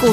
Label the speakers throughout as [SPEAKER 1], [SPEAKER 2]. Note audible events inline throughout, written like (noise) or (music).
[SPEAKER 1] 股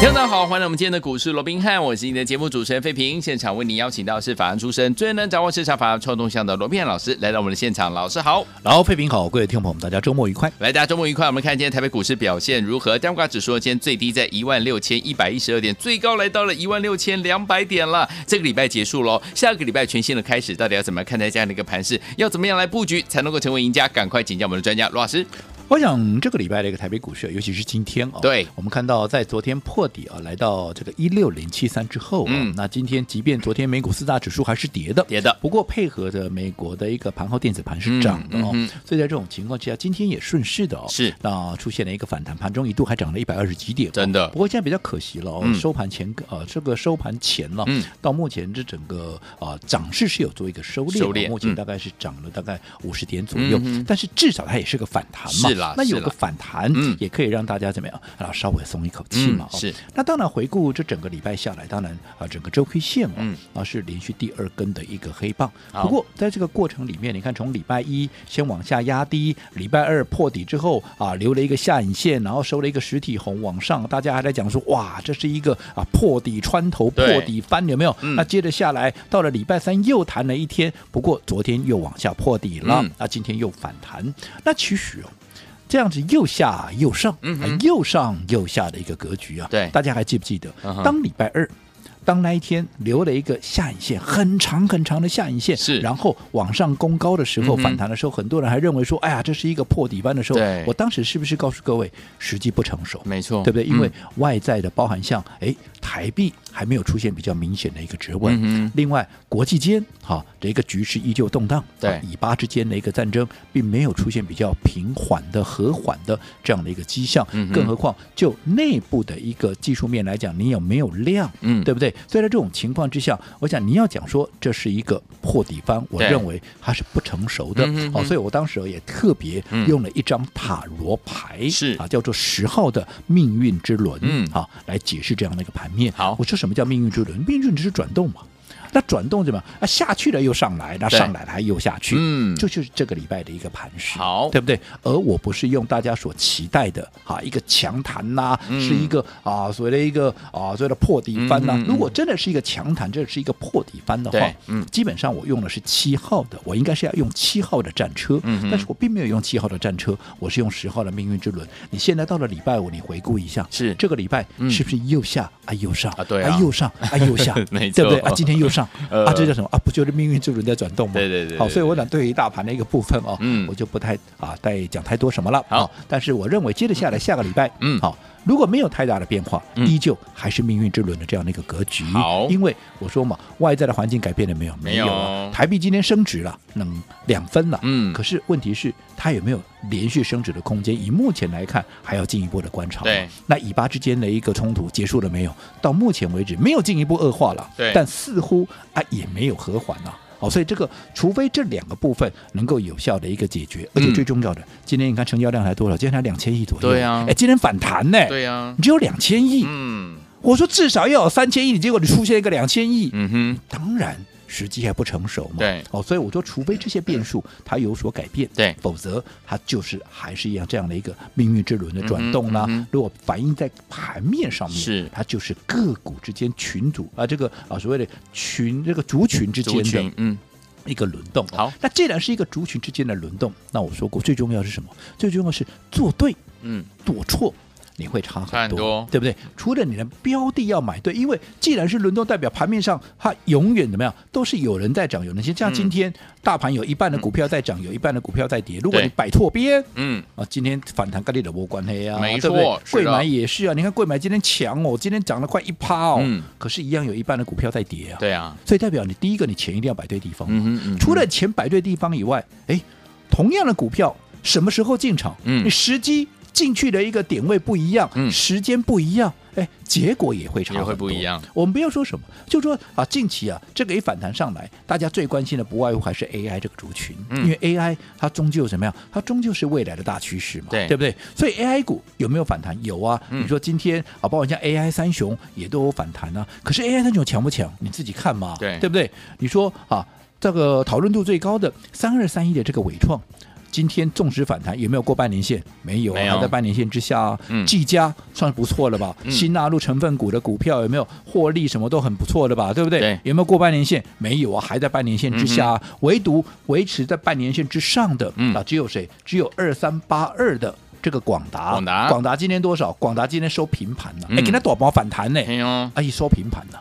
[SPEAKER 2] 听众大家好，欢迎来我们今天的股市罗宾汉，我是你的节目主持人费平。现场为您邀请到是法案出身、最能掌握市场法案臭动向的罗宾汉老师来到我们的现场，老师好。
[SPEAKER 3] 然后，费平好，各位听众朋友们，大家周末愉快。
[SPEAKER 2] 来，大家周末愉快。我们看今天台北股市表现如何？加挂指数今天最低在一万六千一百一十二点，最高来到了一万六千两百点了。这个礼拜结束喽，下个礼拜全新的开始，到底要怎么看待这样的一个盘势？要怎么样来布局才能够成为赢家？赶快请教我们的专家罗老师。
[SPEAKER 3] 我想这个礼拜的一个台北股市，尤其是今天哦，
[SPEAKER 2] 对
[SPEAKER 3] 我们看到在昨天破底啊，来到这个一六零七三之后、哦，
[SPEAKER 2] 嗯
[SPEAKER 3] 那今天即便昨天美股四大指数还是跌的，
[SPEAKER 2] 跌的
[SPEAKER 3] 不过配合着美国的一个盘后电子盘是涨的哦，
[SPEAKER 2] 嗯嗯哼
[SPEAKER 3] 所以在这种情况之下，今天也顺势的哦，
[SPEAKER 2] 是
[SPEAKER 3] 那出现了一个反弹，盘中一度还涨了一百二十几点、哦，
[SPEAKER 2] 真的
[SPEAKER 3] 不过现在比较可惜了哦，
[SPEAKER 2] 嗯
[SPEAKER 3] 收盘前呃这个收盘前了，
[SPEAKER 2] 嗯
[SPEAKER 3] 到目前这整个啊、呃涨势是有做一个收敛的，哦
[SPEAKER 2] 收敛
[SPEAKER 3] 目
[SPEAKER 2] 嗯
[SPEAKER 3] 前大概是涨了大概五十点左右，
[SPEAKER 2] 嗯哼
[SPEAKER 3] 但是至少它也是个反弹。嘛，
[SPEAKER 2] 是啦
[SPEAKER 3] 那有
[SPEAKER 2] 是啦
[SPEAKER 3] 个反弹
[SPEAKER 2] 嗯，
[SPEAKER 3] 也可以让大家怎么样啊，稍微松一口气嘛。
[SPEAKER 2] 嗯
[SPEAKER 3] 哦
[SPEAKER 2] 是。
[SPEAKER 3] 那当然，回顾这整个礼拜下来，当然啊，整个周 K 线哦
[SPEAKER 2] 嗯
[SPEAKER 3] 啊是连续第二根的一个黑棒。
[SPEAKER 2] 好
[SPEAKER 3] 不过在这个过程里面，你看从礼拜一先往下压低，礼拜二破底之后啊，留了一个下影线，然后收了一个实体红往上，大家还在讲说哇，这是一个啊破底穿头、
[SPEAKER 2] 对
[SPEAKER 3] 破底翻，有没有？
[SPEAKER 2] 嗯
[SPEAKER 3] 那接着下来到了礼拜三又弹了一天，不过昨天又往下破底了，啊
[SPEAKER 2] 嗯
[SPEAKER 3] 那今天又反弹。那其实哦，这样子又下又上，
[SPEAKER 2] 嗯
[SPEAKER 3] 啊
[SPEAKER 2] 哼
[SPEAKER 3] 又上又下的一个格局啊。
[SPEAKER 2] 对
[SPEAKER 3] 大家还记不记得
[SPEAKER 2] 嗯哼？
[SPEAKER 3] 当礼拜二。当那一天留了一个下影线，很长很长的下影线，
[SPEAKER 2] 是
[SPEAKER 3] 然后往上攻高的时
[SPEAKER 2] 嗯
[SPEAKER 3] 候，
[SPEAKER 2] 哼
[SPEAKER 3] 反弹的时候，很多人还认为说，哎呀，这是一个破底班的时候
[SPEAKER 2] 对，
[SPEAKER 3] 我当时是不是告诉各位，时机不成熟？
[SPEAKER 2] 没错
[SPEAKER 3] 对不对？因为
[SPEAKER 2] 嗯
[SPEAKER 3] 外在的包含像，哎，台币还没有出现比较明显的一个值位，
[SPEAKER 2] 嗯哼
[SPEAKER 3] 另外国际间哈、的一个局势依旧动荡，
[SPEAKER 2] 对
[SPEAKER 3] 啊以巴之间的一个战争并没有出现比较平缓的、和缓的这样的一个迹象，
[SPEAKER 2] 嗯哼
[SPEAKER 3] 更何况就内部的一个技术面来讲，你有没有量？
[SPEAKER 2] 嗯
[SPEAKER 3] 对不对？所以在这种情况之下，我想你要讲说这是一个破底方，我
[SPEAKER 2] 对
[SPEAKER 3] 认为它是不成熟的。
[SPEAKER 2] 嗯哼
[SPEAKER 3] 哦，
[SPEAKER 2] 哼
[SPEAKER 3] 所以我当时也特别
[SPEAKER 2] 嗯
[SPEAKER 3] 用了一张塔罗牌，
[SPEAKER 2] 是
[SPEAKER 3] 啊，叫做十号的命运之轮，
[SPEAKER 2] 嗯
[SPEAKER 3] 好、来解释这样的一个盘面。
[SPEAKER 2] 好
[SPEAKER 3] 我说什么叫命运之轮？命运之轮只是转动嘛。那转动怎么样？啊，下去了又上来，那
[SPEAKER 2] 对
[SPEAKER 3] 上来了还又下去，
[SPEAKER 2] 嗯
[SPEAKER 3] 这就是这个礼拜的一个盘势，
[SPEAKER 2] 好
[SPEAKER 3] 对不对？而我不是用大家所期待的哈、一个强弹呐、
[SPEAKER 2] 嗯
[SPEAKER 3] 是一个啊所谓的一个啊所谓的破底翻呐、
[SPEAKER 2] 嗯嗯嗯
[SPEAKER 3] 如果真的是一个强弹，这是一个破底翻的话
[SPEAKER 2] 对，嗯
[SPEAKER 3] 基本上我用的是七号的，我应该是要用七号的战车，
[SPEAKER 2] 嗯哼
[SPEAKER 3] 但是我并没有用七号的战车，我是用十号的命运之轮。你现在到了礼拜五，你回顾一下，
[SPEAKER 2] 是
[SPEAKER 3] 这个礼拜
[SPEAKER 2] 嗯
[SPEAKER 3] 是不是又下啊又上
[SPEAKER 2] 啊对啊，
[SPEAKER 3] 又上啊又下
[SPEAKER 2] (laughs) 没
[SPEAKER 3] 对不对
[SPEAKER 2] 错
[SPEAKER 3] 啊？今天又上
[SPEAKER 2] (laughs) 呃
[SPEAKER 3] 啊，这叫什么啊？不就是命运之轮在转动吗？
[SPEAKER 2] 对对对对
[SPEAKER 3] 好，所以我想对于大盘的一个部分哦，
[SPEAKER 2] 嗯
[SPEAKER 3] 我就不太啊再讲太多什么了。
[SPEAKER 2] 好
[SPEAKER 3] 啊，但是我认为接着下来下个礼拜，
[SPEAKER 2] 嗯
[SPEAKER 3] 好。如果没有太大的变化，
[SPEAKER 2] 嗯
[SPEAKER 3] 依旧还是命运之轮的这样的一个格局。
[SPEAKER 2] 好
[SPEAKER 3] 因为我说嘛，外在的环境改变了没有？
[SPEAKER 2] 没有
[SPEAKER 3] 啊台币今天升值了，能两分了。
[SPEAKER 2] 嗯
[SPEAKER 3] 可是问题是，它有没有连续升值的空间？以目前来看，还要进一步的观察。
[SPEAKER 2] 对，
[SPEAKER 3] 那以巴之间的一个冲突结束了没有？到目前为止，没有进一步恶化了。
[SPEAKER 2] 对
[SPEAKER 3] 但似乎啊也没有和缓了。好，所以这个除非这两个部分能够有效的一个解决，而且最重要的，今天你看成交量才多少？今天才两千亿左
[SPEAKER 2] 嗯
[SPEAKER 3] 右。
[SPEAKER 2] 对啊
[SPEAKER 3] 哎，今天反弹呢？
[SPEAKER 2] 对啊呀
[SPEAKER 3] 你只有两千亿，
[SPEAKER 2] 嗯
[SPEAKER 3] 我说至少要有三千亿，结果你出现一个两千亿，
[SPEAKER 2] 嗯哼，
[SPEAKER 3] 当然时机还不成熟嘛。
[SPEAKER 2] 对
[SPEAKER 3] 哦，所以我说，除非这些变数它有所改变，
[SPEAKER 2] 对
[SPEAKER 3] 否则它就是还是一样这样的一个命运之轮的转动啦、
[SPEAKER 2] 嗯哼嗯哼
[SPEAKER 3] 如果反映在盘面上面，
[SPEAKER 2] 是
[SPEAKER 3] 它就是个股之间群组啊，这个啊所谓的群这个族群之
[SPEAKER 2] 族
[SPEAKER 3] 间的
[SPEAKER 2] 群，嗯，
[SPEAKER 3] 一个轮动。
[SPEAKER 2] 好，
[SPEAKER 3] 那既然是一个族群之间的轮动，那我说过最重要是什么？最重要是做对，
[SPEAKER 2] 嗯，
[SPEAKER 3] 做错。你会差
[SPEAKER 2] 差
[SPEAKER 3] 很
[SPEAKER 2] 很
[SPEAKER 3] 多，
[SPEAKER 2] 多
[SPEAKER 3] 对不对？除了你的标的要买对，因为既然是轮动，代表盘面上它永远怎么样，都是有人在涨，有人先。像今天、大盘有一半的股票在涨，有一半的股票在跌。如果
[SPEAKER 2] 对
[SPEAKER 3] 你摆错边，
[SPEAKER 2] 嗯，
[SPEAKER 3] 啊，今天反弹跟你的无关系啊，
[SPEAKER 2] 没
[SPEAKER 3] 对不对
[SPEAKER 2] 错是的
[SPEAKER 3] 贵买也是啊，你看贵买今天强哦，今天涨了快一趴哦，
[SPEAKER 2] 嗯
[SPEAKER 3] 可是，一样有一半的股票在跌啊。
[SPEAKER 2] 对啊，
[SPEAKER 3] 所以代表你第一个，你钱一定要摆对地方
[SPEAKER 2] 嗯
[SPEAKER 3] 嘛。
[SPEAKER 2] 哼嗯哼
[SPEAKER 3] 除了钱摆对地方以外，哎，同样的股票什么时候进场，
[SPEAKER 2] 嗯
[SPEAKER 3] 你时机进去的一个点位不一样，
[SPEAKER 2] 嗯
[SPEAKER 3] 时间不一样，哎，结果也会差
[SPEAKER 2] 也
[SPEAKER 3] 很
[SPEAKER 2] 会不
[SPEAKER 3] 多
[SPEAKER 2] 一样。
[SPEAKER 3] 我们不要说什么，就说啊，近期啊，这个一反弹上来，大家最关心的不外乎还是 AI 这个族群，
[SPEAKER 2] 嗯
[SPEAKER 3] 因为 AI 它终究怎么样？它终究是未来的大趋势嘛，
[SPEAKER 2] 对
[SPEAKER 3] 不对？所以 AI 股有没有反弹？有啊。
[SPEAKER 2] 嗯
[SPEAKER 3] 你说今天啊，包括像 AI 三雄也都有反弹啊。可是 AI 三雄强不强？你自己看嘛，
[SPEAKER 2] 对
[SPEAKER 3] 对不对？你说啊，这个讨论度最高的三二三一的这个伟创。今天纵使反弹，有没有过半年线？没有啊，
[SPEAKER 2] 没有
[SPEAKER 3] 还在半年线之下啊。
[SPEAKER 2] 嗯
[SPEAKER 3] 技嘉算不错了吧？
[SPEAKER 2] 嗯
[SPEAKER 3] 新纳入成分股的股票有没有获利？什么都很不错的吧，对不对？
[SPEAKER 2] 对
[SPEAKER 3] 有没有过半年线？没有啊，还在半年线之下啊、唯独维持在半年线之上的、
[SPEAKER 2] 嗯
[SPEAKER 3] 啊，只有谁？只有二三八二的。这个广达，
[SPEAKER 2] 广达
[SPEAKER 3] 广达今天多少？广达今天收平盘了、
[SPEAKER 2] 嗯
[SPEAKER 3] 哎、给它短毛反弹呢、
[SPEAKER 2] 哎呦，
[SPEAKER 3] 啊，一收平盘了、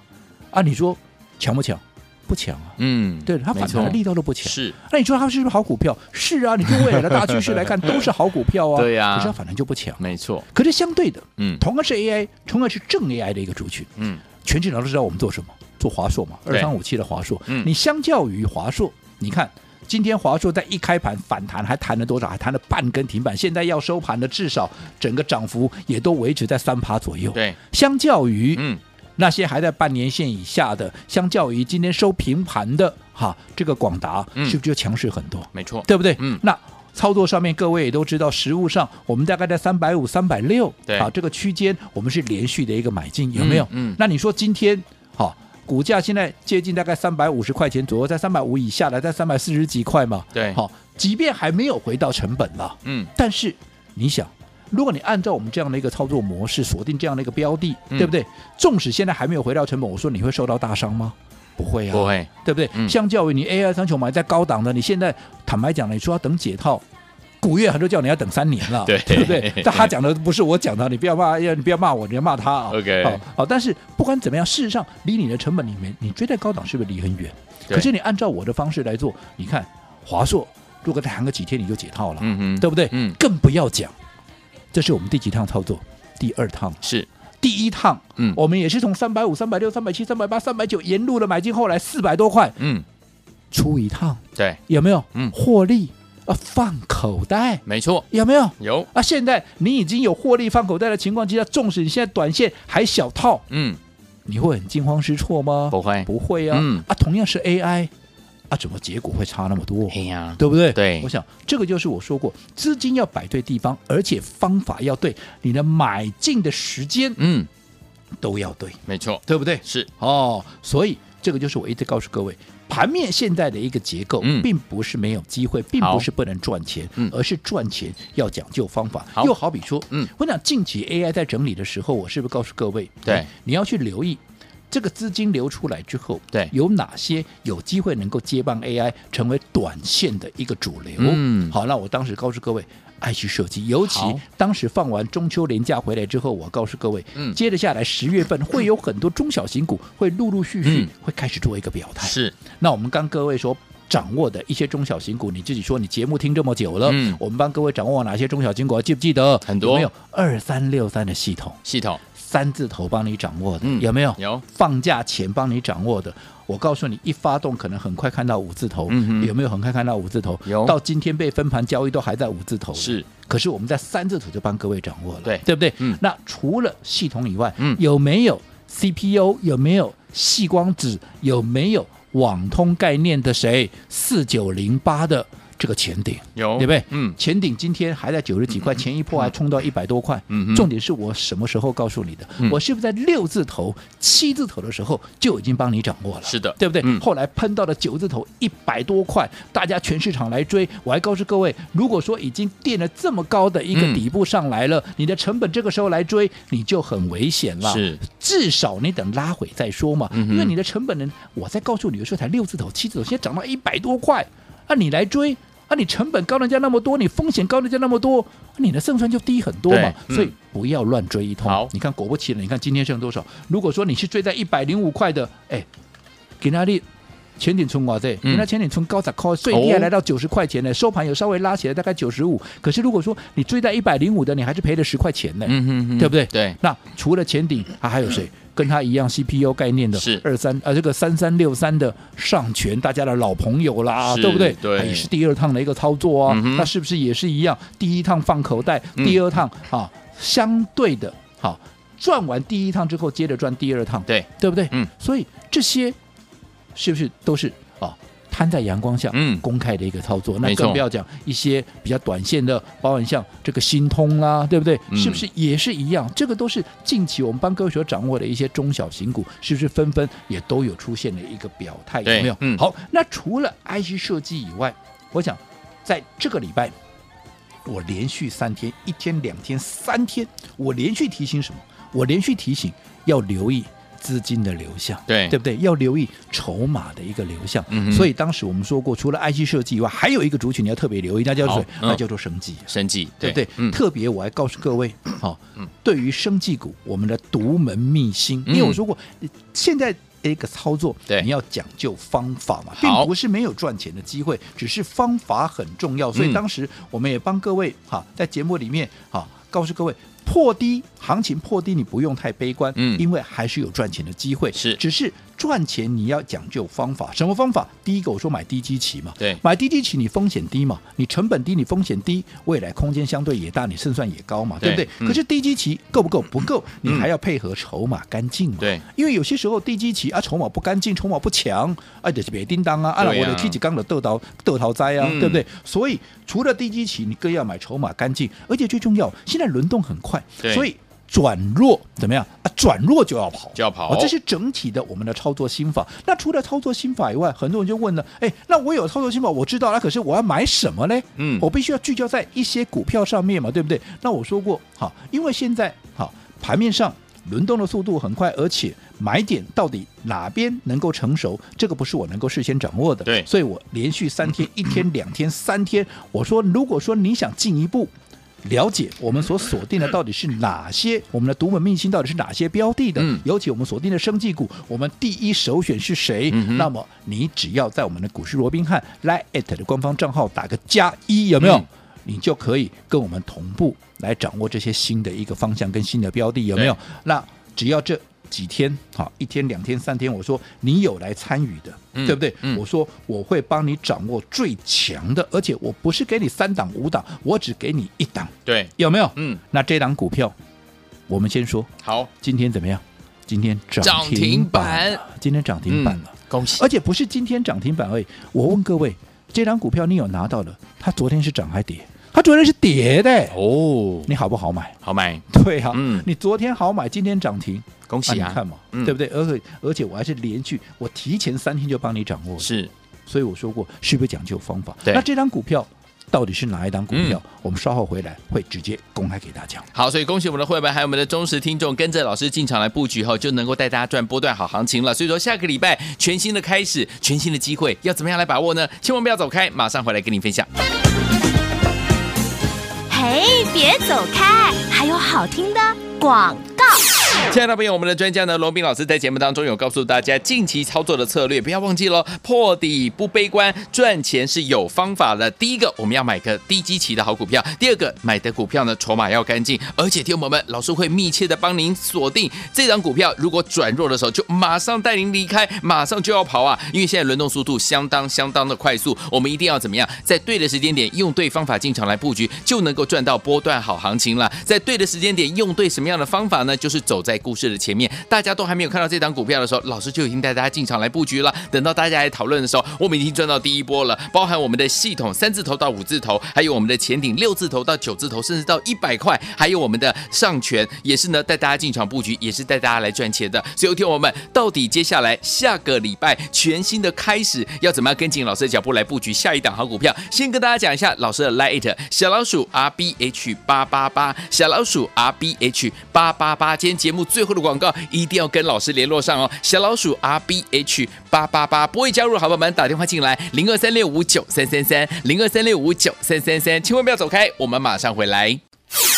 [SPEAKER 3] 啊，你说强不强？不强啊，
[SPEAKER 2] 嗯，
[SPEAKER 3] 对，它反
[SPEAKER 2] 没错
[SPEAKER 3] 弹的力道都不强。
[SPEAKER 2] 是
[SPEAKER 3] 那你说它是不是好股票？是啊，你就未来的大趋势来
[SPEAKER 2] (laughs)
[SPEAKER 3] 看，都是好股票啊。
[SPEAKER 2] 对呀
[SPEAKER 3] 可是它反弹就不强。
[SPEAKER 2] 没错，
[SPEAKER 3] 可是相对的，
[SPEAKER 2] 嗯
[SPEAKER 3] 同样是 AI，同样是正 AI 的一个族群，
[SPEAKER 2] 嗯，
[SPEAKER 3] 全指导都知道我们做什么，做华硕嘛，二
[SPEAKER 2] 对
[SPEAKER 3] 三五七的华硕。
[SPEAKER 2] 嗯
[SPEAKER 3] 你相较于华硕，你看今天华硕在一开盘反弹还弹了多少？还弹了半根停板，现在要收盘的至少整个涨幅也都维持在三趴左右。，
[SPEAKER 2] 对，
[SPEAKER 3] 相较于
[SPEAKER 2] 嗯
[SPEAKER 3] 那些还在半年线以下的，相较于今天收平盘的哈，这个广达
[SPEAKER 2] 嗯
[SPEAKER 3] 是不是就强势很多？
[SPEAKER 2] 没错，
[SPEAKER 3] 对不对？
[SPEAKER 2] 嗯
[SPEAKER 3] 那。操作上面，各位也都知道，实物上我们大概在三百五、三百六
[SPEAKER 2] 对
[SPEAKER 3] 啊这个区间，我们是连续的一个买进，有没有？
[SPEAKER 2] 嗯嗯
[SPEAKER 3] 那你说今天好、股价现在接近大概三百五十块钱左右，在三百五以下来，在三百四十几块嘛。
[SPEAKER 2] 对
[SPEAKER 3] 好、即便还没有回到成本了，
[SPEAKER 2] 嗯
[SPEAKER 3] 但是你想，如果你按照我们这样的一个操作模式锁定这样的一个标的，
[SPEAKER 2] 嗯
[SPEAKER 3] 对不对？纵使现在还没有回到成本，我说你会受到大伤吗？不会啊，
[SPEAKER 2] 不会，
[SPEAKER 3] 对不对？
[SPEAKER 2] 嗯
[SPEAKER 3] 相较于你 AI 三雄买在高档的，你现在坦白讲了，你说要等解套。古月很多叫你要等三年了，
[SPEAKER 2] 对 (laughs)
[SPEAKER 3] 不对？但他讲的不是我讲的，你不要骂，你不要骂我，你要骂他啊。
[SPEAKER 2] OK
[SPEAKER 3] 好、好但是不管怎么样，事实上离你的成本里面，你追在高档是不是离很远？
[SPEAKER 2] 对
[SPEAKER 3] 可是你按照我的方式来做，你看华硕，如果再谈个几天你就解套了，
[SPEAKER 2] 嗯哼，
[SPEAKER 3] 对不对？
[SPEAKER 2] 嗯
[SPEAKER 3] 更不要讲，这是我们第几趟操作？第二趟了，
[SPEAKER 2] 是，
[SPEAKER 3] 第一趟，
[SPEAKER 2] 嗯
[SPEAKER 3] 我们也是从三百五、三百六、三百七、三百八、三百九沿路的买进，后来四百多块
[SPEAKER 2] 嗯，
[SPEAKER 3] 出一趟，
[SPEAKER 2] 对，
[SPEAKER 3] 有没有？
[SPEAKER 2] 嗯
[SPEAKER 3] 获利啊，放口袋
[SPEAKER 2] 没错，
[SPEAKER 3] 有没有？
[SPEAKER 2] 有，
[SPEAKER 3] 啊，现在你已经有获利放口袋的情况之下，纵使你现在短线还小套，
[SPEAKER 2] 嗯，
[SPEAKER 3] 你会很惊慌失措吗？
[SPEAKER 2] 不会，
[SPEAKER 3] 不会啊，
[SPEAKER 2] 嗯
[SPEAKER 3] 啊，同样是 AI，啊，怎么结果会差那么多？
[SPEAKER 2] 哎呀，
[SPEAKER 3] 对不对？
[SPEAKER 2] 对
[SPEAKER 3] 我想这个就是我说过，资金要摆对地方，而且方法要对，你的买进的时间
[SPEAKER 2] 嗯，
[SPEAKER 3] 都要对，
[SPEAKER 2] 没错，
[SPEAKER 3] 对不对？
[SPEAKER 2] 是，
[SPEAKER 3] 哦，所以这个就是我一直告诉各位，盘面现在的一个结构，
[SPEAKER 2] 嗯
[SPEAKER 3] 并不是没有机会，并
[SPEAKER 2] 好
[SPEAKER 3] 不是不能赚钱，
[SPEAKER 2] 嗯
[SPEAKER 3] 而是赚钱要讲究方法
[SPEAKER 2] 好。
[SPEAKER 3] 又好比说，
[SPEAKER 2] 嗯，
[SPEAKER 3] 我想近期 AI 在整理的时候，我是不是告诉各位，
[SPEAKER 2] 对
[SPEAKER 3] 哎你要去留意。这个资金流出来之后，
[SPEAKER 2] 对
[SPEAKER 3] 有哪些有机会能够接棒 AI 成为短线的一个主流？
[SPEAKER 2] 嗯
[SPEAKER 3] 好，那我当时告诉各位，爱去设计，尤其
[SPEAKER 2] 好
[SPEAKER 3] 当时放完中秋连假回来之后，我告诉各位，
[SPEAKER 2] 嗯
[SPEAKER 3] 接着下来十月份会有很多中小型股会陆陆续续
[SPEAKER 2] 嗯
[SPEAKER 3] 会开始做一个表态。
[SPEAKER 2] 是，
[SPEAKER 3] 那我们刚各位说。掌握的一些中小型股，你自己说，你节目听这么久了，
[SPEAKER 2] 嗯
[SPEAKER 3] 我们帮各位掌握哪些中小型股，记不记得？
[SPEAKER 2] 很多
[SPEAKER 3] 有没有二三六三的系统，
[SPEAKER 2] 系统，
[SPEAKER 3] 三字头帮你掌握的，
[SPEAKER 2] 嗯
[SPEAKER 3] 有没有？
[SPEAKER 2] 有
[SPEAKER 3] 放假前帮你掌握的，我告诉你，一发动可能很快看到五字头，
[SPEAKER 2] 嗯哼
[SPEAKER 3] 有没有很快看到五字头？
[SPEAKER 2] 有
[SPEAKER 3] 到今天被分盘交易都还在五字头的，
[SPEAKER 2] 是。
[SPEAKER 3] 可是我们在三字头就帮各位掌握了，
[SPEAKER 2] 对
[SPEAKER 3] 对不对？
[SPEAKER 2] 嗯
[SPEAKER 3] 那除了系统以外，
[SPEAKER 2] 嗯
[SPEAKER 3] 有没有 CPU？有没有细光子？有没有网通概念的谁？四九零八的这个前顶。
[SPEAKER 2] 有，
[SPEAKER 3] 对不对？
[SPEAKER 2] 嗯，
[SPEAKER 3] 前顶今天还在九十几块，前一波还冲到一百多块。
[SPEAKER 2] 嗯哼
[SPEAKER 3] 重点是我什么时候告诉你的？
[SPEAKER 2] 嗯
[SPEAKER 3] 我是不是在六字头、七字头的时候就已经帮你掌握了？
[SPEAKER 2] 是的
[SPEAKER 3] 对不对？
[SPEAKER 2] 嗯
[SPEAKER 3] 后来喷到了九字头一百多块，大家全市场来追。我还告诉各位，如果说已经垫了这么高的一个
[SPEAKER 2] 嗯
[SPEAKER 3] 底部上来了，你的成本这个时候来追，你就很危险了。
[SPEAKER 2] 是，
[SPEAKER 3] 至少你等拉回再说嘛，
[SPEAKER 2] 嗯哼
[SPEAKER 3] 因为你的成本呢，我在告诉你的时候才六字头、七字头，现在涨到一百多块，啊，你来追。啊，你成本高人家那么多，你风险高人家那么多，你的胜算就低很多嘛
[SPEAKER 2] 对。嗯
[SPEAKER 3] 所以不要乱追一通。
[SPEAKER 2] 好
[SPEAKER 3] 你看果不其然，你看今天剩多少？如果说你是追在一百零五块的，哎，给那里前顶村哇对，
[SPEAKER 2] 嗯哦
[SPEAKER 3] 人家前顶村高达高最低还来到九十块钱呢，收盘有稍微拉起来，大概九十五。可是如果说你追在一百零五的，你还是赔了十块钱呢。
[SPEAKER 2] 嗯哼哼
[SPEAKER 3] 对不对？
[SPEAKER 2] 对，
[SPEAKER 3] 那除了前顶，啊、还有谁？跟他一样 CPU 概念的
[SPEAKER 2] 是
[SPEAKER 3] 二三呃这个三三六三的上权，大家的老朋友啦，
[SPEAKER 2] 是
[SPEAKER 3] 对不对？
[SPEAKER 2] 对
[SPEAKER 3] 啊也是第二趟的一个操作啊、
[SPEAKER 2] 嗯哼
[SPEAKER 3] 那是不是也是一样？第一趟放口袋，
[SPEAKER 2] 嗯
[SPEAKER 3] 第二趟、啊相对的，好、赚完第一趟之后，接着赚第二趟，
[SPEAKER 2] 对，
[SPEAKER 3] 对不对？
[SPEAKER 2] 嗯，
[SPEAKER 3] 所以这些是不是都是啊摊在阳光下，
[SPEAKER 2] 嗯
[SPEAKER 3] 公开的一个操作？那
[SPEAKER 2] 没错
[SPEAKER 3] 更不要讲一些比较短线的，包含像这个新通啦，对不对？
[SPEAKER 2] 嗯
[SPEAKER 3] 是不是也是一样？这个都是近期我们帮各位所掌握的一些中小型股，是不是纷纷也都有出现了一个表态？有
[SPEAKER 2] 对
[SPEAKER 3] 没有？
[SPEAKER 2] 嗯
[SPEAKER 3] 好，那除了 IC 设计以外，我想在这个礼拜。我连续三天，一天、两天、三天，我连续提醒什么？我连续提醒要留意资金的流向，
[SPEAKER 2] 对
[SPEAKER 3] 对不对？要留意筹码的一个流向。
[SPEAKER 2] 嗯哼
[SPEAKER 3] 所以当时我们说过，除了 IC 设计以外，还有一个族群你要特别留意，那叫做
[SPEAKER 2] 好
[SPEAKER 3] 谁？那
[SPEAKER 2] 嗯
[SPEAKER 3] 叫做生计。
[SPEAKER 2] 生计，
[SPEAKER 3] 对不对？
[SPEAKER 2] 嗯，
[SPEAKER 3] 特别我还告诉
[SPEAKER 2] (coughs)
[SPEAKER 3] 各位，好、对于生技股，我们的独门秘辛，
[SPEAKER 2] 嗯
[SPEAKER 3] 因为我说过，呃现在。一个操作，
[SPEAKER 2] 对
[SPEAKER 3] 你要讲究方法嘛，并
[SPEAKER 2] 好
[SPEAKER 3] 不是没有赚钱的机会，只是方法很重要。所
[SPEAKER 2] 嗯
[SPEAKER 3] 以当时我们也帮各位哈、在节目里面哈、告诉各位，破低行情破低你不用太悲观，
[SPEAKER 2] 嗯
[SPEAKER 3] 因为还是有赚钱的机会，
[SPEAKER 2] 是
[SPEAKER 3] 只是赚钱你要讲究方法，什么方法？第一个我说买低基期嘛，
[SPEAKER 2] 对
[SPEAKER 3] 买低基期你风险低嘛，你成本低，你风险低，未来空间相对也大，你胜算也高嘛，对不
[SPEAKER 2] 对
[SPEAKER 3] 对？
[SPEAKER 2] 嗯
[SPEAKER 3] 可是低基期够不够？不够，你
[SPEAKER 2] 嗯
[SPEAKER 3] 还要配合筹码干净嘛。
[SPEAKER 2] 对，
[SPEAKER 3] 因为有些时候低基期啊，筹码不干净，筹码不强，啊，就是别叮当啊，啊，
[SPEAKER 2] 对啊
[SPEAKER 3] 我的 T 几缸的豆桃豆桃栽啊，
[SPEAKER 2] 嗯
[SPEAKER 3] 对不对？所以除了低基期，你更要买筹码干净，而且最重要，现在轮动很快
[SPEAKER 2] 对，
[SPEAKER 3] 所以。转弱怎么样啊？转弱就要跑，
[SPEAKER 2] 就要跑
[SPEAKER 3] 哦这是整体的我们的操作心法。那除了操作心法以外，很多人就问了，哎，那我有操作心法，我知道了，可是我要买什么呢？
[SPEAKER 2] 嗯
[SPEAKER 3] 我必须要聚焦在一些股票上面嘛，对不对？那我说过，好，因为现在好盘面上。轮动的速度很快，而且买点到底哪边能够成熟，这个不是我能够事先掌握的。
[SPEAKER 2] 对
[SPEAKER 3] 所以我连续三天，一天、两天、三天，我说，如果说你想进一步了解我们所锁定的到底是哪些，我们的独门秘辛到底是哪些标的的，
[SPEAKER 2] 嗯
[SPEAKER 3] 尤其我们锁定的生技股，我们第一首选是谁？
[SPEAKER 2] 嗯哼
[SPEAKER 3] 那么你只要在我们的股市罗宾汉 Line at 的官方账号打个加一，有没有？
[SPEAKER 2] 嗯
[SPEAKER 3] 你就可以跟我们同步来掌握这些新的一个方向跟新的标的，有没有
[SPEAKER 2] 对？
[SPEAKER 3] 那只要这几天，好，一天、两天、三天，我说你有来参与的，
[SPEAKER 2] 嗯
[SPEAKER 3] 对不对？
[SPEAKER 2] 嗯
[SPEAKER 3] 我说我会帮你掌握最强的，而且我不是给你三档五档，我只给你一档，
[SPEAKER 2] 对，
[SPEAKER 3] 有没有？
[SPEAKER 2] 嗯，
[SPEAKER 3] 那这档股票，我们先说
[SPEAKER 2] 好，
[SPEAKER 3] 今天怎么样？今天涨停板了，今天涨停板了，
[SPEAKER 2] 嗯，恭喜，
[SPEAKER 3] 而且不是今天涨停板而已。我问各位，这档股票你有拿到的？它昨天是涨还跌？它昨天是跌的、
[SPEAKER 2] 哦，
[SPEAKER 3] 你好不好买？
[SPEAKER 2] 好买，
[SPEAKER 3] 对啊，
[SPEAKER 2] 嗯
[SPEAKER 3] 你昨天好买，今天涨停，
[SPEAKER 2] 恭
[SPEAKER 3] 啊
[SPEAKER 2] 喜
[SPEAKER 3] 你
[SPEAKER 2] 啊，
[SPEAKER 3] 看嘛，
[SPEAKER 2] 嗯
[SPEAKER 3] 对不对？而且而且我还是连续，我提前三天就帮你掌握了，
[SPEAKER 2] 是，
[SPEAKER 3] 所以我说过，是不是讲究方法？
[SPEAKER 2] 对嗯
[SPEAKER 3] 那这张股票到底是哪一档股票？我们稍后回来会直接公开给大家。
[SPEAKER 2] 好，所以恭喜我们的会员，还有我们的忠实听众，跟着老师进场来布局后，就能够带大家赚波段好行情了。所以说，下个礼拜全新的开始，全新的机会，要怎么样来把握呢？千万不要走开，马上回来跟你分享。
[SPEAKER 1] 嘿，别走开，还有好听的广告。
[SPEAKER 2] 亲爱的朋友，我们的专家呢，罗斌老师在节目当中有告诉大家近期操作的策略，不要忘记喽，破底不悲观，赚钱是有方法的。第一个，我们要买个低基期的好股票；第二个，买的股票呢，筹码要干净，而且听我们，老师会密切的帮您锁定这张股票，如果转弱的时候，就马上带您离开，马上就要跑啊，因为现在轮动速度相当相当的快速，我们一定要怎么样，在对的时间点用对方法进场来布局，就能够赚到波段好行情了。在对的时间点用对什么样的方法呢？就是走在故事的前面，大家都还没有看到这档股票的时候，老师就已经带大家进场来布局了。等到大家来讨论的时候，我们已经赚到第一波了，包含我们的系统三字头到五字头，还有我们的前顶六字头到九字头，甚至到一百块，还有我们的上权也是呢带大家进场布局，也是带大家来赚钱的。所以，听我们到底接下来下个礼拜全新的开始，要怎么样跟紧老师的脚步来布局下一档好股票？先跟大家讲一下老师的 Lite 小老鼠 R B H 八八八，小老鼠 R B H 八八八。今天节目最后的广告一定要跟老师联络上哦，小老鼠 R B H 八八八，不会加入的好朋友们打电话进来零二三六五九三三三零二三六五九三三三，千万不要走开，我们马上回来。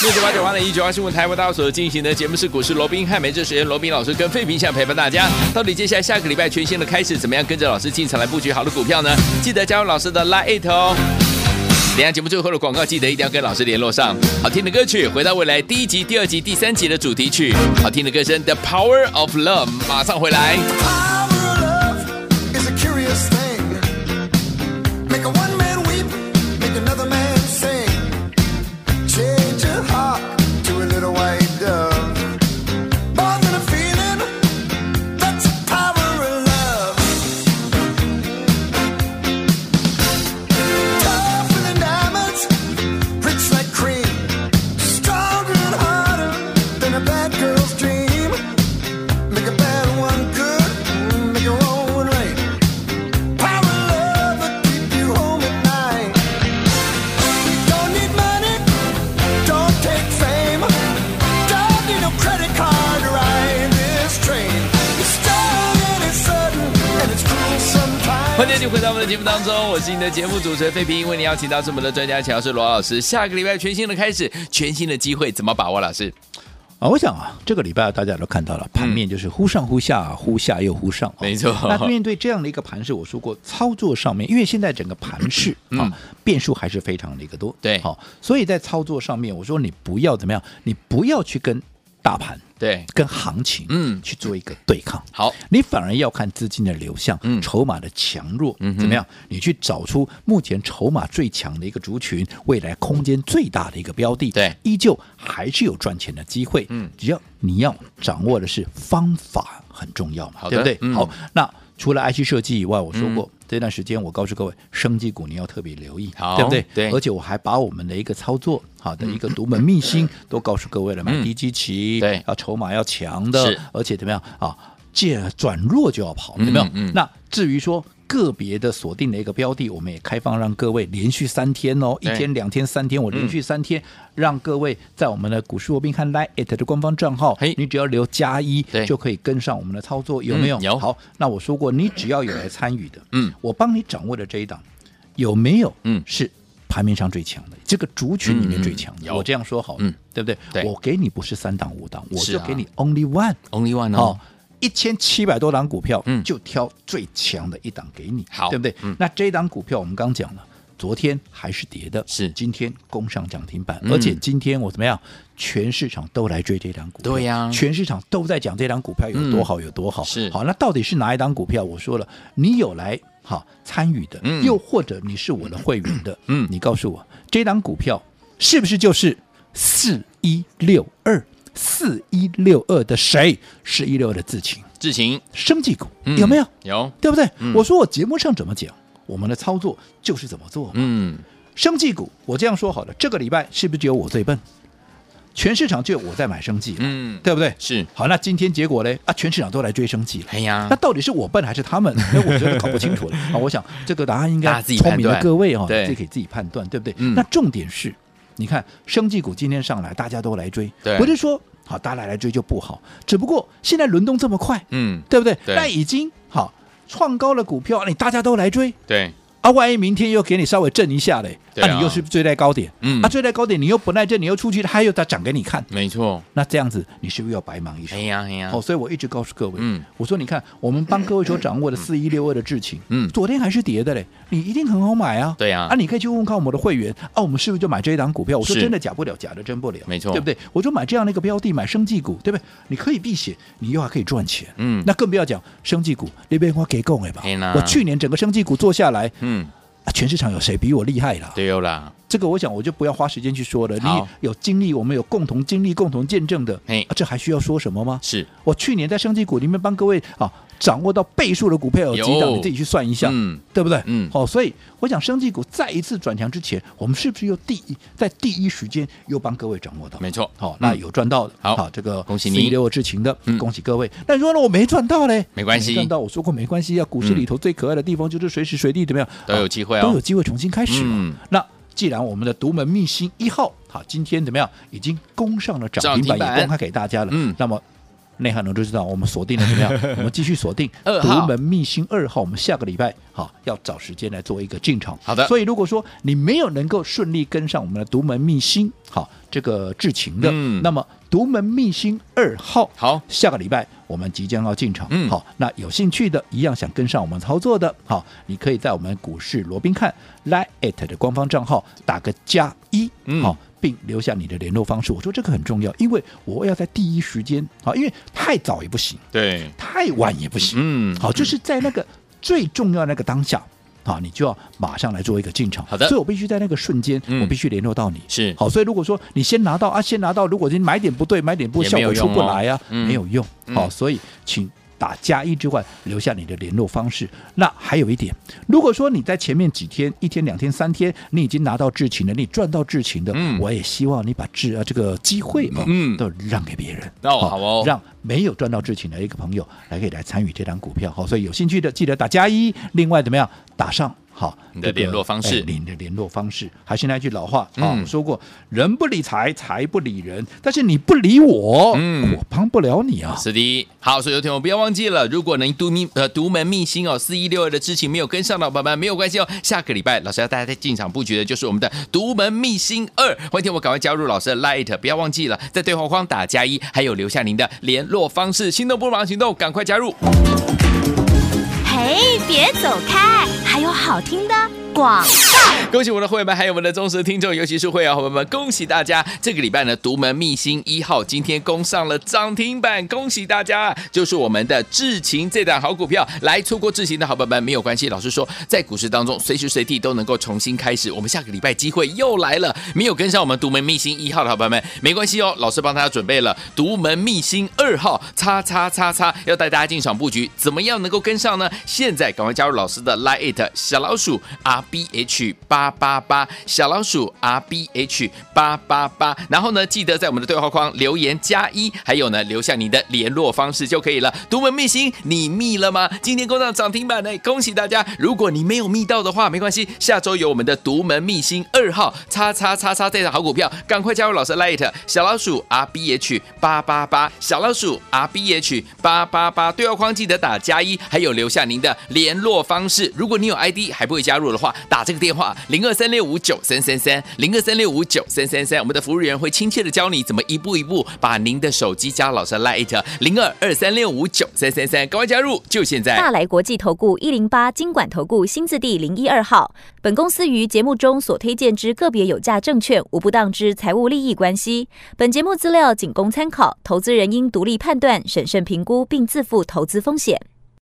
[SPEAKER 2] 六九八九八零一九二新闻台为大家所进行的节目是股市罗宾汉，每这时间罗宾老师跟费平想陪伴大家。到底接下来下个礼拜全新的开始，怎么样跟着老师进场来布局好的股票呢？记得加入老师的 Line 哦。等一下节目最后的广告，记得一定要跟老师联络上。好听的歌曲，回到未来第一集、第二集、第三集的主题曲，好听的歌声《The Power of Love》，马上回来。
[SPEAKER 4] Power of love is a curious thing. Make a one man weep, make another man sing. Change your heart to a little white dove. More than a feeling, that's the power of love. Tougher than diamonds, rich like cream, stronger and harder than a bad girl's dream. Make a bad one good, make your own one right. Power of love will keep you home at night. Don't need money, don't take fame, don't need no credit card to ride this train. It's strong and it's sudden and it's cruel sometimes.
[SPEAKER 2] 欢迎你回到我们的节目当中，我是你的节目主持人费平，为你邀请到是我们的专家乔是罗老师。下个礼拜全新的开始，全新的机会，怎么把握？老师，
[SPEAKER 3] 啊，我想啊，这个礼拜大家都看到了，
[SPEAKER 2] 嗯
[SPEAKER 3] 盘面就是忽上忽下，忽下又忽上、哦
[SPEAKER 2] 没错 (laughs)
[SPEAKER 3] 那面对这样的一个盘势，我说过，操作上面，因为现在整个盘
[SPEAKER 2] (clears throat)
[SPEAKER 3] 势啊，变数还是非常的一个多。
[SPEAKER 2] 嗯对
[SPEAKER 3] 好、所以在操作上面，我说你不要怎么样，你不要去跟大盘。
[SPEAKER 2] 对
[SPEAKER 3] 跟行情，
[SPEAKER 2] 嗯
[SPEAKER 3] 去做一个
[SPEAKER 2] (laughs)
[SPEAKER 3] 对抗。
[SPEAKER 2] 好
[SPEAKER 3] 你反而要看资金的流向，
[SPEAKER 2] 嗯
[SPEAKER 3] 筹码的强弱，
[SPEAKER 2] 嗯哼
[SPEAKER 3] 怎么样？你去找出目前筹码最强的一个族群，未来空间最大的一个标的，
[SPEAKER 2] 对
[SPEAKER 3] 依旧还是有赚钱的机会。
[SPEAKER 2] 嗯
[SPEAKER 3] 只要你要掌握的是方法很重要嘛
[SPEAKER 2] 好，的
[SPEAKER 3] 对不对？
[SPEAKER 2] 嗯
[SPEAKER 3] 好，那除了 IC 设计以外，我说过、这段时间，我告诉各位，生技股你要特别留意，
[SPEAKER 2] 好
[SPEAKER 3] 对不对？
[SPEAKER 2] 对
[SPEAKER 3] 而且我还把我们的一个操作。好的一个独门秘辛都告诉各位了，买
[SPEAKER 2] 嗯
[SPEAKER 3] 低基期，
[SPEAKER 2] 对
[SPEAKER 3] 啊，筹码要强的
[SPEAKER 2] 是，
[SPEAKER 3] 而且怎么样啊？借转弱就要跑，有没有？
[SPEAKER 2] 嗯嗯
[SPEAKER 3] 那至于说个别的锁定的一个标的，我们也开放让各位连续三天哦，一
[SPEAKER 2] 对嗯
[SPEAKER 3] 天、两天、三天，我连续三天、让各位在我们的股市罗宾汉 Line at 的官方账号
[SPEAKER 2] 嘿，
[SPEAKER 3] 你只要留加一
[SPEAKER 2] 对
[SPEAKER 3] 就可以跟上我们的操作，有没有？
[SPEAKER 2] 嗯有
[SPEAKER 3] 好，那我说过，你只要有来参与的，
[SPEAKER 2] 嗯，
[SPEAKER 3] 我帮你掌握的这一档有没有？
[SPEAKER 2] 嗯
[SPEAKER 3] 是。盘面上最强的这个族群里面最强
[SPEAKER 2] 嗯嗯
[SPEAKER 3] 的，
[SPEAKER 2] 有
[SPEAKER 3] 我这样说好了，
[SPEAKER 2] 嗯
[SPEAKER 3] 对不对？
[SPEAKER 2] 对
[SPEAKER 3] 我给你不是三档五档，我
[SPEAKER 2] 是
[SPEAKER 3] 就
[SPEAKER 2] 啊
[SPEAKER 3] 给你 only one，
[SPEAKER 2] ，Only One 哦
[SPEAKER 3] 好，一千七百多档股票，
[SPEAKER 2] 嗯
[SPEAKER 3] 就挑最强的一档给你，
[SPEAKER 2] 好
[SPEAKER 3] 对不对？
[SPEAKER 2] 嗯
[SPEAKER 3] 那这一档股票我们刚讲了，昨天还是跌的，
[SPEAKER 2] 是
[SPEAKER 3] 今天攻上涨停板，
[SPEAKER 2] 嗯
[SPEAKER 3] 而且今天我怎么样？全市场都来追这档股票，
[SPEAKER 2] 对呀嗯
[SPEAKER 3] 全市场都在讲这档股票有多好，有多好。
[SPEAKER 2] 是
[SPEAKER 3] 好，那到底是哪一档股票？我说了，你有来好参与的，
[SPEAKER 2] 嗯
[SPEAKER 3] 又或者你是我的会员的，
[SPEAKER 2] 嗯
[SPEAKER 3] 你告诉我这档股票是不是就是四一六二四一六二的谁？四一六的自情
[SPEAKER 2] 志勤
[SPEAKER 3] 生技股、
[SPEAKER 2] 嗯
[SPEAKER 3] 有没有？
[SPEAKER 2] 有，
[SPEAKER 3] 对不对？
[SPEAKER 2] 嗯
[SPEAKER 3] 我说我节目上怎么讲，我们的操作就是怎么做嘛。
[SPEAKER 2] 嗯，
[SPEAKER 3] 生技股，我这样说好了，这个礼拜是不是只有我最笨？全市场就我在买生技，
[SPEAKER 2] 嗯
[SPEAKER 3] 对不对？
[SPEAKER 2] 是
[SPEAKER 3] 好，那今天结果嘞？啊，全市场都来追生技了。
[SPEAKER 2] 哎呀
[SPEAKER 3] 那，到底是我笨还是他们？ (laughs) 那我觉得搞不
[SPEAKER 2] (laughs)
[SPEAKER 3] 清楚了啊！我想这个答案应
[SPEAKER 2] 大家
[SPEAKER 3] 该
[SPEAKER 2] 自己
[SPEAKER 3] 聪
[SPEAKER 2] 判
[SPEAKER 3] 明的
[SPEAKER 2] 断
[SPEAKER 3] 各位哈、
[SPEAKER 2] 对
[SPEAKER 3] 自己可以自己判断，对不对？
[SPEAKER 2] 嗯
[SPEAKER 3] 那重点是，你看生技股今天上来，大家都来追
[SPEAKER 2] 对，
[SPEAKER 3] 不是说好大家来来追就不好，只不过现在轮动这么快，
[SPEAKER 2] 嗯，
[SPEAKER 3] 对不对？
[SPEAKER 2] 对
[SPEAKER 3] 那已经好创高了股票，你大家都来追。
[SPEAKER 2] 对，
[SPEAKER 3] 啊，万一明天又给你稍微震一下嘞，
[SPEAKER 2] 对啊
[SPEAKER 3] 你又是不是追在高点，
[SPEAKER 2] 嗯
[SPEAKER 3] 啊，追在高点，你又不耐震，你又出去，它又再涨给你看，
[SPEAKER 2] 没错，
[SPEAKER 3] 那这样子你是不是又白忙一场
[SPEAKER 2] 哎？呀哎呀
[SPEAKER 3] 好、，所以我一直告诉各位，
[SPEAKER 2] 嗯
[SPEAKER 3] 我说你看，我们帮各位所掌握的四一六二的智勤，
[SPEAKER 2] 嗯
[SPEAKER 3] 昨天还是跌的嘞，你一定很好买啊，
[SPEAKER 2] 对啊
[SPEAKER 3] 啊，你可以去问问看我们的会员，啊，我们是不是就买这一档股票？我说
[SPEAKER 2] 是
[SPEAKER 3] 真的假不了，假的真不了，
[SPEAKER 2] 没错
[SPEAKER 3] 对不对？我就买这样的一个标的，买生技股，对不对？你可以避险，你又还可以赚钱，
[SPEAKER 2] 嗯
[SPEAKER 3] 那更不要讲生技股那边我给供哎吧
[SPEAKER 2] 嘿呐，
[SPEAKER 3] 我去年整个生技股做下来。
[SPEAKER 2] 嗯，
[SPEAKER 3] 啊全市场有谁比我厉害啦？
[SPEAKER 2] 对哦啦，
[SPEAKER 3] 这个我想我就不要花时间去说了。
[SPEAKER 2] 好
[SPEAKER 3] 你有经历，我们有共同经历、共同见证的，
[SPEAKER 2] 嘿
[SPEAKER 3] 啊这还需要说什么吗？
[SPEAKER 2] 是
[SPEAKER 3] 我去年在升级股里面帮各位啊掌握到倍数的股票有几档，
[SPEAKER 2] 有
[SPEAKER 3] 你自己去算一下，
[SPEAKER 2] 嗯
[SPEAKER 3] 对不对？
[SPEAKER 2] 嗯
[SPEAKER 3] 哦，所以我想升级股再一次转强之前，我们是不是又第一在第一时间又帮各位掌握到？
[SPEAKER 2] 没错，
[SPEAKER 3] 好、那有赚到的，
[SPEAKER 2] 嗯好
[SPEAKER 3] 这个
[SPEAKER 2] 恭喜你
[SPEAKER 3] 六我知情的
[SPEAKER 2] 嗯，
[SPEAKER 3] 恭喜各位。那如果呢我没赚到嘞，
[SPEAKER 2] 没关系嗯
[SPEAKER 3] 没赚到我说过没关系啊，股市里头最可爱的地方就是随时随地怎么样
[SPEAKER 2] 都有
[SPEAKER 3] 啊
[SPEAKER 2] 机会哦
[SPEAKER 3] 都有机会重新开始嘛。
[SPEAKER 2] 嗯
[SPEAKER 3] 那既然我们的独门秘辛一号，好，今天怎么样已经攻上了涨停
[SPEAKER 2] 涨停
[SPEAKER 3] 板，
[SPEAKER 2] 板
[SPEAKER 3] 也公开给大家了，
[SPEAKER 2] 嗯
[SPEAKER 3] 那么。内行人就知道我们锁定了怎么样？
[SPEAKER 2] (laughs)
[SPEAKER 3] 我们继续锁定
[SPEAKER 2] 二
[SPEAKER 3] 独
[SPEAKER 2] 号
[SPEAKER 3] 门秘辛二号，我们下个礼拜好要找时间来做一个进场。
[SPEAKER 2] 好的
[SPEAKER 3] 所以如果说你没有能够顺利跟上我们的独门秘辛，好这个至情的，
[SPEAKER 2] 嗯
[SPEAKER 3] 那么独门秘辛二号
[SPEAKER 2] 好
[SPEAKER 3] 下个礼拜我们即将要进场。
[SPEAKER 2] 嗯
[SPEAKER 3] 好，那有兴趣的，一样想跟上我们操作的，好，你可以在我们股市罗宾看 Line at 的官方账号打个加一，
[SPEAKER 2] 嗯
[SPEAKER 3] 好。并留下你的联络方式，我说这个很重要，因为我要在第一时间啊，因为太早也不行，
[SPEAKER 2] 对，
[SPEAKER 3] 太晚也不行，
[SPEAKER 2] 嗯，
[SPEAKER 3] 好，就是在那个最重要的那个当下。好，你就要马上来做一个进场。
[SPEAKER 2] 好的
[SPEAKER 3] 所以我必须在那个瞬间，
[SPEAKER 2] 嗯
[SPEAKER 3] 我必须联络到你。
[SPEAKER 2] 是
[SPEAKER 3] 好，所以如果说你先拿到啊，先拿到，如果你买点不对，买点不
[SPEAKER 2] 也
[SPEAKER 3] 效
[SPEAKER 2] 没有
[SPEAKER 3] 果出不
[SPEAKER 2] 用哦
[SPEAKER 3] 来啊，
[SPEAKER 2] 嗯
[SPEAKER 3] 没有用。
[SPEAKER 2] 嗯
[SPEAKER 3] 好，所以请打加一之外，留下你的联络方式。那还有一点，如果说你在前面几天，一天、两天、三天，你已经拿到智勤的，你赚到智勤的，
[SPEAKER 2] 嗯
[SPEAKER 3] 我也希望你把智啊这个机会嘛，
[SPEAKER 2] 嗯
[SPEAKER 3] 都让给别人。
[SPEAKER 2] 哦好哦
[SPEAKER 3] 让没有赚到智勤的一个朋友来可以来参与这张股票。好，所以有兴趣的记得打加一。另外怎么样，打上好
[SPEAKER 2] 你的联络方式
[SPEAKER 3] 这个哎你的联络方式。还是那句老话啊，
[SPEAKER 2] 嗯
[SPEAKER 3] 我说过，人不理财，财不理人。但是你不理我，
[SPEAKER 2] 嗯
[SPEAKER 3] 我帮不了你啊。
[SPEAKER 2] 是的，好，所以有听我不要忘记了，如果能独秘呃独门秘辛哦，四一六二的知情没有跟上的宝宝们没有关系哦，下个礼拜老师要大家再进场布局的就是我们的独门秘辛二，欢迎我赶快加入老师的 Light，不要忘记了在对话框打加一，还有留下您的联络方式，心动不如马上行动，赶快加入。
[SPEAKER 1] 嘿，别走开，还有好听的广。
[SPEAKER 2] 恭喜我们的会员们，还有我们的忠实听众，尤其是会员好朋友们， (laughs) 恭喜大家！这个礼拜呢，独门秘辛一号今天攻上了涨停板，恭喜大家！就是我们的智勤这档好股票，来错过智勤的好朋友们没有关系，老师说，在股市当中随时随地都能够重新开始。我们下个礼拜机会又来了，没有跟上我们独门秘辛一号的好朋友们没关系哦，老师帮大家准备了独门秘辛二号，叉叉叉叉，要带大家进场布局，怎么样能够跟上呢？现在赶快加入老师的 Line It 小老鼠 R B H 八八八小老鼠 R B H 八八八，然后呢，记得在我们的对话框留言加一，还有呢，留下你的联络方式就可以了。独门秘辛，你密了吗？今天攻上涨停板呢，恭喜大家！如果你没有密到的话，没关系，下周有我们的独门秘辛二号叉叉叉叉这档好股票，赶快加入老师 Light 小老鼠 R B H 八八八小老鼠 R B H 八八八对话框记得打加一，还有留下您的联络方式。如果你有 ID 还不会加入的话，打这个电话零二三六五九三三三零二三六五九三三三，我们的服务员会亲切的教你怎么一步一步把您的手机加入老师 Light 零二二三六五九三三三，赶快加入，就现在。
[SPEAKER 5] 大来国际投顾一零八金管投顾新字第零一二号。本公司于节目中所推荐之个别有价证券，无不当之财务利益关系。本节目资料仅供参考，投资人应独立判断、审慎评估，并自负投资风险。